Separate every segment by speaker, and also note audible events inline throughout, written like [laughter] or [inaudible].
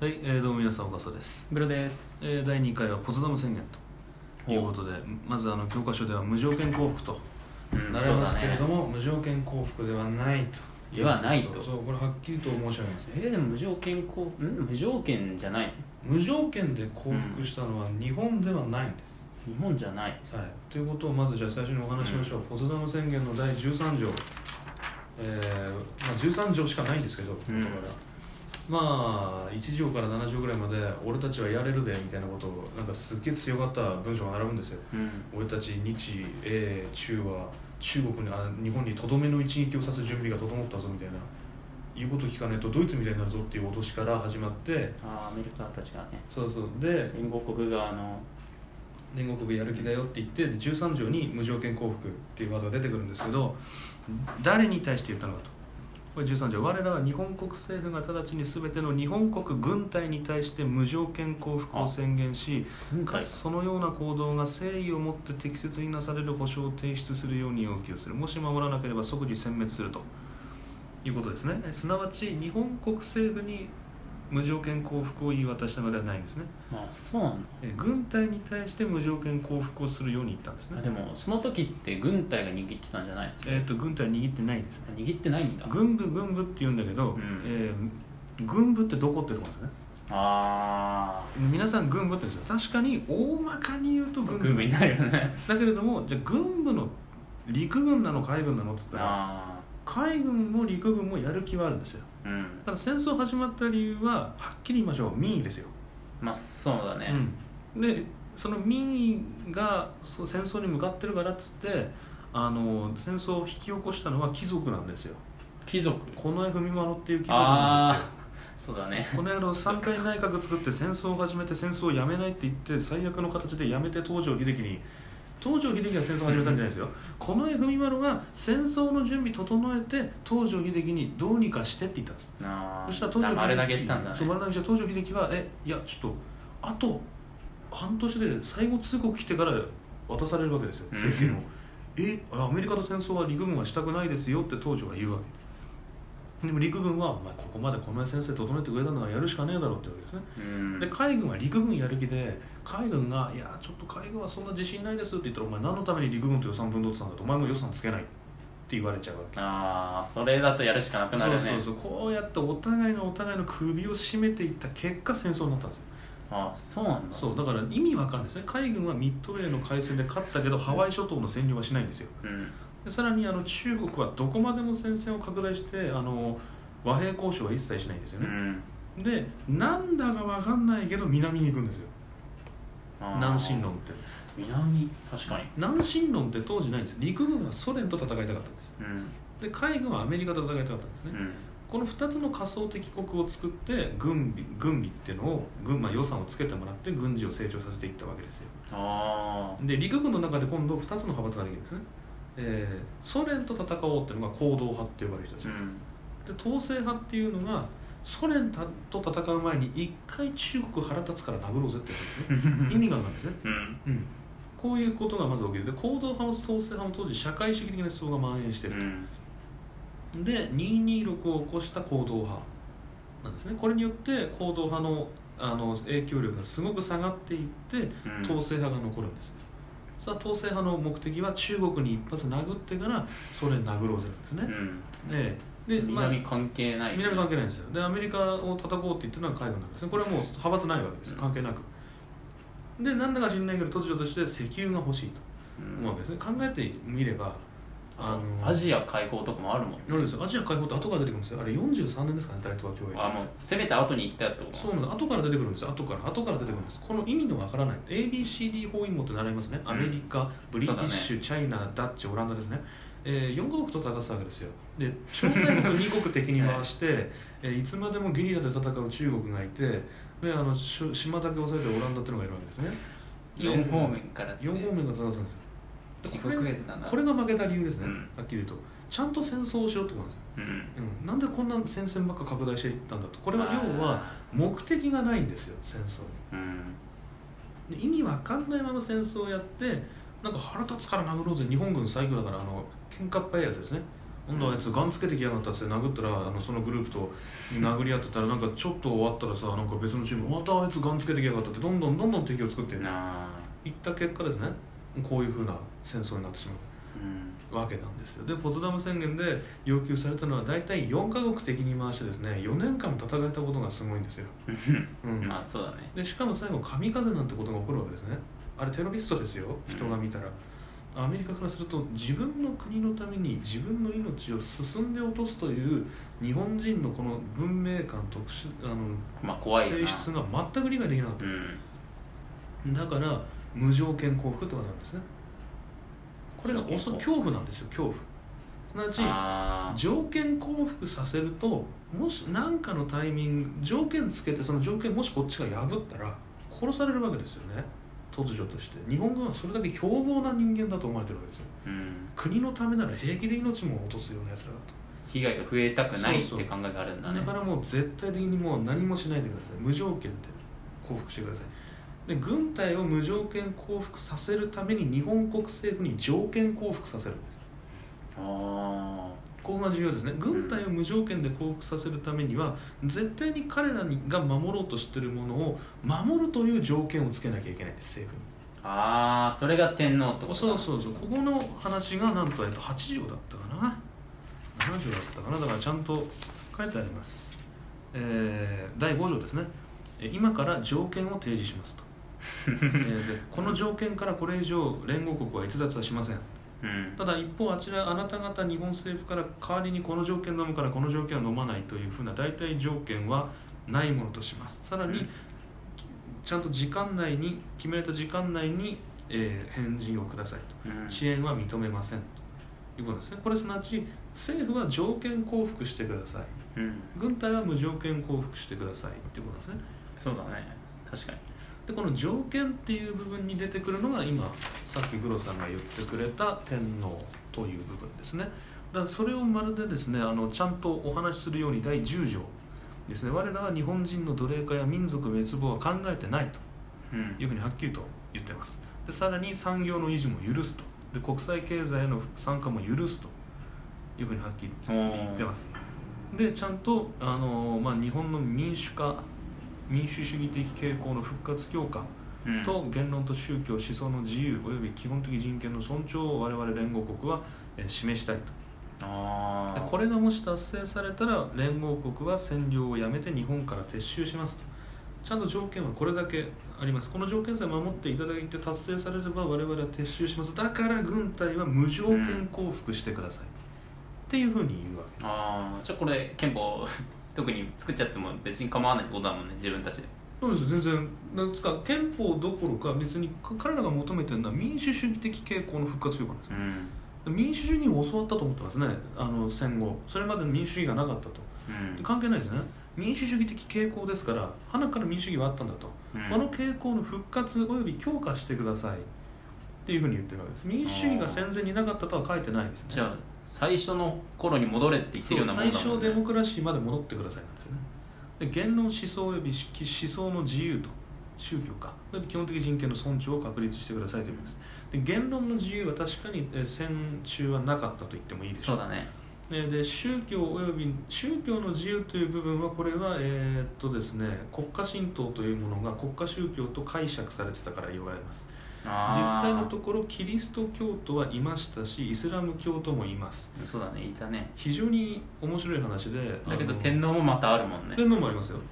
Speaker 1: はい、えー、どうも皆さん、岡曽です、
Speaker 2: グロです。
Speaker 1: えー。第2回はポツダム宣言ということで、まずあの教科書では無条件幸福と
Speaker 2: う
Speaker 1: 習い
Speaker 2: ん
Speaker 1: ます
Speaker 2: そうだ
Speaker 1: け
Speaker 2: ね
Speaker 1: れども、無条件幸福ではないとうこと。
Speaker 2: ではないと
Speaker 1: そう、これはっきりと申し上げます。
Speaker 2: えー、でも無条件こう、ん無条件じゃない
Speaker 1: 無条件で降伏したのは日本ではないんで
Speaker 2: 日本じゃない。
Speaker 1: す。はい、ということをまずじゃあ最初にお話ししましょう。ポツダム宣言の第13条。えーまあ、13条しかないんですけど、ここから
Speaker 2: うん
Speaker 1: まあ1条から7条ぐらいまで俺たちはやれるでみたいなことをなんかすっげえ強かった文章が並ぶんですよ
Speaker 2: うん。
Speaker 1: 俺たち日英中は中国にあ日本にとどめの一撃を刺す準備が整ったぞみたいな言うこと聞かないとドイツみたいになるぞっていう脅しから始まって
Speaker 2: あーアメリカたちがね、
Speaker 1: そうそうで
Speaker 2: 連合国側の、
Speaker 1: 連合国やる気だよって言ってで13条に無条件降伏っていうワードが出てくるんですけど誰に対して言ったのかとこれ13条我らは日本国政府が直ちに全ての日本国軍隊に対して無条件降伏を宣言し
Speaker 2: 軍
Speaker 1: か
Speaker 2: 隊
Speaker 1: つそのような行動が誠意を持って適切になされる保証を提出するように要求するもし守らなければ即時殲滅するということですねすなわち日本国政府に無条件降伏を言い渡したのではないんですね
Speaker 2: まあ、そうなんだ。
Speaker 1: えー軍隊に対して無条件降伏をするように言ったんです
Speaker 2: あ
Speaker 1: ね
Speaker 2: でも、その時って軍隊が握ってたんじゃないんですか、
Speaker 1: えー、と軍隊は握ってないですね
Speaker 2: 握ってないんだ。
Speaker 1: 軍部軍部って言うんだけど、
Speaker 2: うん
Speaker 1: えー軍部ってどこってとこですね
Speaker 2: あ
Speaker 1: 皆さん軍部って言うんですよ確かに大まかに言うと
Speaker 2: ー
Speaker 1: 軍部
Speaker 2: 軍部いないよね。
Speaker 1: だけれどもじゃあ軍部の陸軍なの海軍なのって言ったら
Speaker 2: あ
Speaker 1: 海軍も陸軍もやる気はあるんですよ
Speaker 2: ーうん。
Speaker 1: ただ戦争始まった理由ははっきり言いましょう民意ですよ、
Speaker 2: まあ、そうだね。
Speaker 1: うん、でその民意がそう戦争に向かってるからっつってあの戦争を引き起こしたのは貴族なんですよ
Speaker 2: 貴族。
Speaker 1: 近衛文麿っていう貴族なんです
Speaker 2: あ
Speaker 1: よ
Speaker 2: ーそうだね。
Speaker 1: この野郎三回内閣作って戦争を始めて戦争をやめないって言って最悪の形でやめて東条英機に東条英機が戦争を始めたんじゃないですよ近衛文麿が戦争の準備整えて東条英機にどうにかしてって言ったんです
Speaker 2: あ
Speaker 1: そしたら
Speaker 2: ー
Speaker 1: 東
Speaker 2: あ
Speaker 1: 条
Speaker 2: 丸投
Speaker 1: 英
Speaker 2: げ
Speaker 1: 機
Speaker 2: したんだね
Speaker 1: そう。丸投げした東条英機はえいやちょっとあと半年で最後通告来てから渡されるわけですよ
Speaker 2: うん
Speaker 1: 政権をえアメリカと戦争は陸軍はしたくないですよって東条が言うわけでも陸軍は、まあ、ここまでこの先生整えてくれたんだからやるしかねえだろうってわけですね
Speaker 2: うん
Speaker 1: で海軍は陸軍やる気で海軍が「いやちょっと海軍はそんな自信ないです」って言ったら「お前何のために陸軍と予算分取ってたんだ」と「お前も予算つけない」って言われちゃうわけ
Speaker 2: ああそれだとやるしかなくなる
Speaker 1: そ
Speaker 2: ね
Speaker 1: うそうそうこうやってお互いがお互いの首を絞めていった結果戦争になったんですよ
Speaker 2: ああそうなんだ
Speaker 1: そうだから意味わかんないですね海軍はミッドウェーの海戦で勝ったけどハワイ諸島の占領はしないんですよ
Speaker 2: うん
Speaker 1: でさらにあの中国はどこまでも戦線を拡大してあの和平交渉は一切しないんですよ
Speaker 2: う
Speaker 1: ね、
Speaker 2: ん
Speaker 1: でなんだかわかんないけど南に行くんですよ
Speaker 2: あー
Speaker 1: 南進論って
Speaker 2: 南確かに
Speaker 1: 南進論って当時ないんです陸軍はソ連と戦いたかったんです
Speaker 2: うん
Speaker 1: で海軍はアメリカと戦いたかったんですね、
Speaker 2: うん
Speaker 1: この2つの仮想的国を作って軍備軍備っていうのを軍、まあ、予算をつけてもらって軍事を成長させていったわけですよ
Speaker 2: ああ
Speaker 1: で陸軍の中で今度2つの派閥ができるんですね、えーソ連と戦おうっていうのが行動派って呼ばれる人たち
Speaker 2: う
Speaker 1: で
Speaker 2: ん
Speaker 1: 統制派っていうのがソ連たと戦う前に一回中国腹立つから殴ろうぜって言うんですね意味があるんですね
Speaker 2: うん
Speaker 1: うん、こういうことがまず起きるで行動派も統制派も当時社会主義的な思想が蔓延して
Speaker 2: う
Speaker 1: る、
Speaker 2: ん
Speaker 1: で226を起こした行動派なんですねこれによって行動派のあの影響力がすごく下がっていって
Speaker 2: うん
Speaker 1: 統制派が残るんです、さあ統制派の目的は中国に一発殴ってからソ連殴ろうぜなんです
Speaker 2: う
Speaker 1: ね、
Speaker 2: ん
Speaker 1: でで、まあ
Speaker 2: 南関係ない
Speaker 1: 南関係ないんですよでアメリカを叩こうって言ってるのは海軍なんですねこれはもう派閥ないわけですよ関係なくでなんだか知んないけど突如として石油が欲しいと
Speaker 2: うん
Speaker 1: 思うわけですね考えてみればあの
Speaker 2: アジア解放とかもあるもん
Speaker 1: あれですよアジア解放って後から出てくるんですよあれ43年ですかね大東亜共栄
Speaker 2: あもう攻めた後に行ったってこと
Speaker 1: そうなんです後から出てくるんですよ後から後から出てくるんですこの意味のわからない ABCD 包囲網って習いますね
Speaker 2: うん
Speaker 1: アメリカ、ブリティッシュ、チャイナダッチオランダですね、えー、4カ国と戦ったわけですよで超大国2
Speaker 2: [laughs]
Speaker 1: 国敵に回して、えーいつまでもゲリラで戦う中国がいてであのしょ島だけ押さえてオランダってのがいるわけですね
Speaker 2: 四方面からって
Speaker 1: 4方面が戦うんですよ
Speaker 2: 地獄絵図だな
Speaker 1: これが負けた理由ですね、
Speaker 2: うん
Speaker 1: はっきり言うとちゃんと戦争をしようってことなんですよ
Speaker 2: うん
Speaker 1: うん、なんでこんな戦線ばっか拡大していったんだとこれは要は目的がないんですよ戦争
Speaker 2: うん
Speaker 1: にで意味わかんないまま戦争をやってなんか腹立つから殴ろうぜ日本軍最強だからあの喧嘩っ早いやつですねなんだあいつガンつけてきやがったっつって殴ったらあのそのグループと殴り合ってたらなんかちょっと終わったらさなんか別のチームまたあいつガンつけてきやがったってどんどんどんどん敵を作っていっ
Speaker 2: なあ
Speaker 1: た結果ですねこういうふうな戦争になってしまう
Speaker 2: うん
Speaker 1: わけなんですよでポツダム宣言で要求されたのは大体4カ国敵に回してですね4年間も戦えたことがすごいんですよ、うん
Speaker 2: [laughs] まあそうだね
Speaker 1: でしかも最後神風なんてことが起こるわけですねあれテロリストですよ人が見たら、アメリカからすると自分の国のために自分の命を進んで落とすという日本人のこの文明観特殊あの
Speaker 2: まあ怖いよ
Speaker 1: 性
Speaker 2: な
Speaker 1: 質が全く理解できなかっ
Speaker 2: うん
Speaker 1: た、だから無条件降伏とかなんですねこれが恐
Speaker 2: 無条件降
Speaker 1: 恐
Speaker 2: 伏
Speaker 1: 怖なんですよ恐怖すなわち
Speaker 2: あー
Speaker 1: 条件降伏させるともし何かのタイミング条件つけてその条件もしこっちが破ったら殺されるわけですよね突如として日本軍はそれだけ凶暴な人間だと思われてるわけですよ
Speaker 2: うん
Speaker 1: 国のためなら平気で命も落とすようなやつらだ
Speaker 2: 被害が増えたくないって
Speaker 1: そう
Speaker 2: 考
Speaker 1: そ
Speaker 2: え
Speaker 1: う
Speaker 2: があるんだ
Speaker 1: と
Speaker 2: ね
Speaker 1: だからもう絶対的にもう何もしないでください無条件で降伏してくださいで軍隊を無条件降伏させるために日本国政府に条件降伏させるんです
Speaker 2: あ
Speaker 1: ここが重要ですね軍隊を無条件で降伏させるためには絶対に彼らにが守ろうとしてるものを守るという条件をつけなきゃいけないんです政府
Speaker 2: ーあーそれが天皇ってこと
Speaker 1: に
Speaker 2: だ
Speaker 1: そうそうそうここの話がなんとえっと8条だったかな7条だったかなだからちゃんと書いてあります、えー第5条ですねえ今から条件を提示し [laughs] ますと、えーでこの条件からこれ以上連合国は逸脱はしません
Speaker 2: うん
Speaker 1: ただ一方あちらあなた方日本政府から代わりにこの条件飲むからこの条件は飲まないというふうな代替条件はないものとしますさらに、
Speaker 2: うん
Speaker 1: ちゃんと時間内に決められた時間内に、えー返事をくださいと
Speaker 2: うん
Speaker 1: 遅延は認めませんということですねこれすなわち政府は条件降伏してください
Speaker 2: うん
Speaker 1: 軍隊は無条件降伏してくださいということですね
Speaker 2: そうだね確かに
Speaker 1: でこの条件っていう部分に出てくるのが今さっきグロさんが言ってくれた天皇という部分ですねだからそれをまるでですねあのちゃんとお話しするように第10条ですね我らは日本人の奴隷化や民族滅亡は考えてないと
Speaker 2: うん
Speaker 1: いうふうにはっきりと言ってますでさらに産業の維持も許すとで国際経済への参加も許すというふうにはっきり
Speaker 2: お
Speaker 1: 言って
Speaker 2: ー
Speaker 1: ますでちゃんとあの、まあ、日本の民主化民主主義的傾向の復活強化
Speaker 2: うん
Speaker 1: と言論と宗教思想の自由および基本的人権の尊重を我々連合国はえー示したいと
Speaker 2: あ
Speaker 1: で
Speaker 2: あ
Speaker 1: これがもし達成されたら連合国は占領をやめて日本から撤収しますとちゃんと条件はこれだけありますこの条件さえ守っていただいて達成されれば我々は撤収しますだから軍隊は無条件降伏してください、っていうふうに言うわけ
Speaker 2: ああじゃあこれ憲法 [laughs] 特に作っちゃっても別に構わないってことだもんね自分たちで
Speaker 1: そうです全然なんつうか憲法どころか別にか彼らが求めてるのは民主主義的傾向の復活強化なんですよ
Speaker 2: うん
Speaker 1: 民主主義に教わったと思ってますねあの戦後それまでの民主主義がなかったと
Speaker 2: う
Speaker 1: で
Speaker 2: ん
Speaker 1: 関係ないですね民主主義的傾向ですから花から民主主義はあったんだと、
Speaker 2: うん
Speaker 1: この傾向の復活および強化してくださいっていうふうに言ってるわけです民主主義が戦前になかったとは書いてないですね
Speaker 2: じゃあ最初の頃に戻れって言って
Speaker 1: そ
Speaker 2: るよ
Speaker 1: う
Speaker 2: うなも
Speaker 1: 対
Speaker 2: んだも
Speaker 1: 象
Speaker 2: ん
Speaker 1: デモ
Speaker 2: ね
Speaker 1: クラシーまで戻ってくださいなんですよねで言論思想および思想の自由と宗教かおよび基本的人権の尊重を確立してくださいということですで言論の自由は確かにえー戦中はなかったと言ってもいいでしょ
Speaker 2: そう
Speaker 1: う
Speaker 2: だね
Speaker 1: ね、で宗教および宗教の自由という部分はこれは、えーっとですね、国家神道というものが国家宗教と解釈されてたから言われます実
Speaker 2: あー
Speaker 1: 際のところキリスト教徒はいましたしイスラム教徒もいます
Speaker 2: そうだねいたね
Speaker 1: 非常に面白い話で
Speaker 2: だけど
Speaker 1: あの
Speaker 2: 天皇もまたあるもんね
Speaker 1: 天皇もありますよだ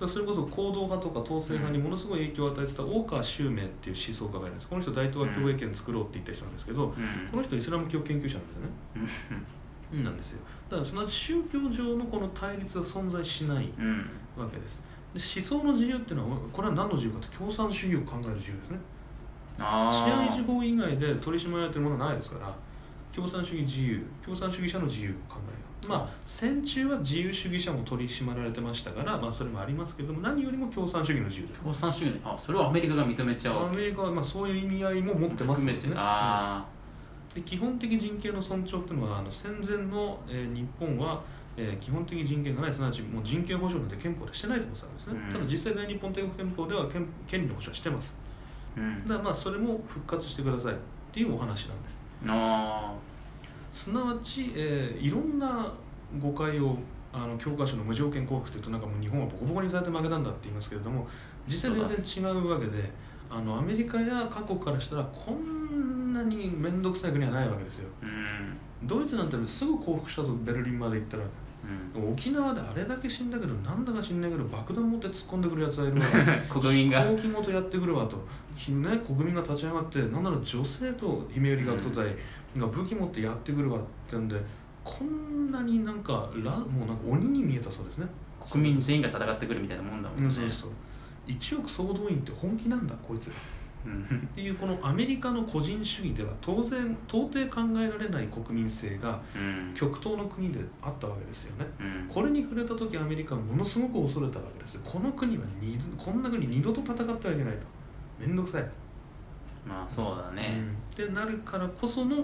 Speaker 1: からそれこそ行動派とか統制派にものすごい影響を与えてた大川修明っていう思想家がいるんですこの人大東亜共栄圏作ろうって言った人なんですけど
Speaker 2: うん
Speaker 1: この人イスラム教研究者なんですよねなんですよだからすなわち宗教上のこの対立は存在しない
Speaker 2: うん
Speaker 1: わけですで思想の自由っていうのはこれは何の自由かって共産主義を考える自由ですね
Speaker 2: ああ
Speaker 1: 治安維持法以外で取り締まられてるものはないですから共産主義自由共産主義者の自由を考えようまあ戦中は自由主義者も取り締まられてましたから、まあ、それもありますけども何よりも共産主義の自由です
Speaker 2: 共産主義ねあそれはアメリカが認めちゃう
Speaker 1: ア
Speaker 2: わけ
Speaker 1: メリカはまあそういう意味合いも持ってます
Speaker 2: 含めてあ
Speaker 1: で基本的人権の尊重っていうのはあの戦前の、えー日本は、えー基本的人権がないすなわちもう人権保障なんて憲法でしてないと思ってたんですね、
Speaker 2: うん
Speaker 1: ただ実際大日本帝国憲法では憲権利の保障はしてます
Speaker 2: あうん
Speaker 1: だからまあそれも復活してくださいっていうお話なんです
Speaker 2: ああ
Speaker 1: すなわち、えーいろんな誤解をあの教科書の無条件降伏というとなんかもう日本はボコボコにされて負けたんだって言いますけれども実際全然違うわけであのアメリカや各国からしたらこんなに面倒くさい国はないわけですよ
Speaker 2: うん
Speaker 1: ドイツなんてすぐ降伏したぞベルリンまで行ったら
Speaker 2: うん
Speaker 1: 沖縄であれだけ死んだけどなんだか知んないけど爆弾持って突っ込んでくるやつがいる [laughs] わ
Speaker 2: 国民が
Speaker 1: 飛行機ごとやってくるわと、きね、国民が立ち上がってなんなら女性と姫より学徒隊が武器持ってやってくるわってんでこんなになんかラもうなんか鬼に見えたそうですね
Speaker 2: 国民全員が戦ってくるみたいなもんだもん
Speaker 1: う
Speaker 2: ね
Speaker 1: んそうそう1億総動員って本気なんだこいつっ
Speaker 2: うん
Speaker 1: ていうこのアメリカの個人主義では当然到底考えられない国民性が
Speaker 2: うん
Speaker 1: 極東の国であったわけですよね
Speaker 2: うん
Speaker 1: これに触れた時アメリカはものすごく恐れたわけですよこの国は二度こんな国二度と戦ってはいけないと面倒くさい
Speaker 2: まあそうだね
Speaker 1: うん、ってなるからこその、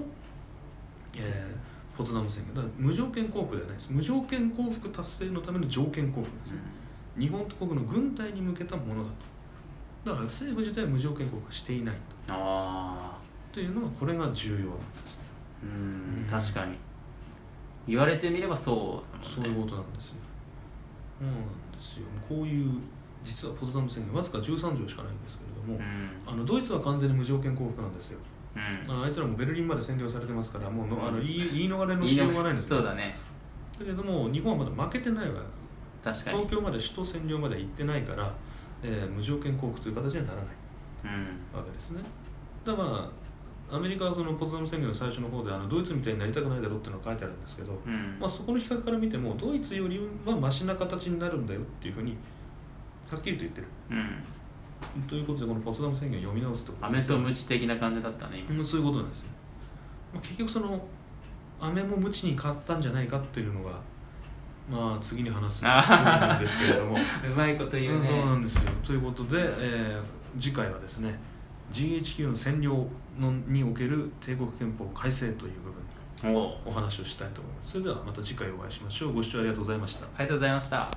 Speaker 1: えーポツダム宣言だから無条件降伏ではないです無条件降伏達成のための条件降伏なんです、ね日本と国の軍隊に向けたものだとだから政府自体は無条件降伏はしていない
Speaker 2: ああ
Speaker 1: というのがこれが重要なんですね
Speaker 2: ーう
Speaker 1: うん
Speaker 2: ん確かに言われてみればそう
Speaker 1: そう
Speaker 2: だ
Speaker 1: い
Speaker 2: もん
Speaker 1: う
Speaker 2: ね
Speaker 1: ことなんですよそうなんですよこういう実はポツダム宣言わずか13条しかないんですけれども、
Speaker 2: うん
Speaker 1: あのドイツは完全に無条件降伏なんですよ
Speaker 2: うん
Speaker 1: ああいつらもベルリンまで占領されてますからもうのあの言い言い逃れの
Speaker 2: 言い
Speaker 1: しよう
Speaker 2: 逃
Speaker 1: がないん
Speaker 2: れ
Speaker 1: ですよ
Speaker 2: そうだね
Speaker 1: だけども日本はまだ負けてないわ
Speaker 2: 確かに
Speaker 1: 東京まで首都占領まで行ってないから、えー無条件降伏という形にはならない
Speaker 2: うん
Speaker 1: わけですねだからまあアメリカはそのポツダム宣言の最初の方であのドイツみたいになりたくないだろっていうのが書いてあるんですけど、
Speaker 2: うん
Speaker 1: まあ、そこの比較から見てもドイツよりはマシな形になるんだよっていうふうにはっきりと言ってる
Speaker 2: うん
Speaker 1: ということでこのポツダム宣言を読み直すってこと
Speaker 2: 飴
Speaker 1: ね
Speaker 2: とムチ的な感じだったね今
Speaker 1: うん、そういうことなんですよ、まあ、結局その飴もムチに変わったんじゃないかっていうのがまあ次に話す
Speaker 2: あはは
Speaker 1: んですけれども、
Speaker 2: [laughs] うまいこと言
Speaker 1: う
Speaker 2: うん
Speaker 1: そうな
Speaker 2: ね
Speaker 1: んですよということで、えー次回はですね GHQ の占領のにおける帝国憲法改正という部分
Speaker 2: おお
Speaker 1: お話をしたいと思いますそれではまた次回お会いしましょうご視聴ありがとうございました
Speaker 2: ありがとうございました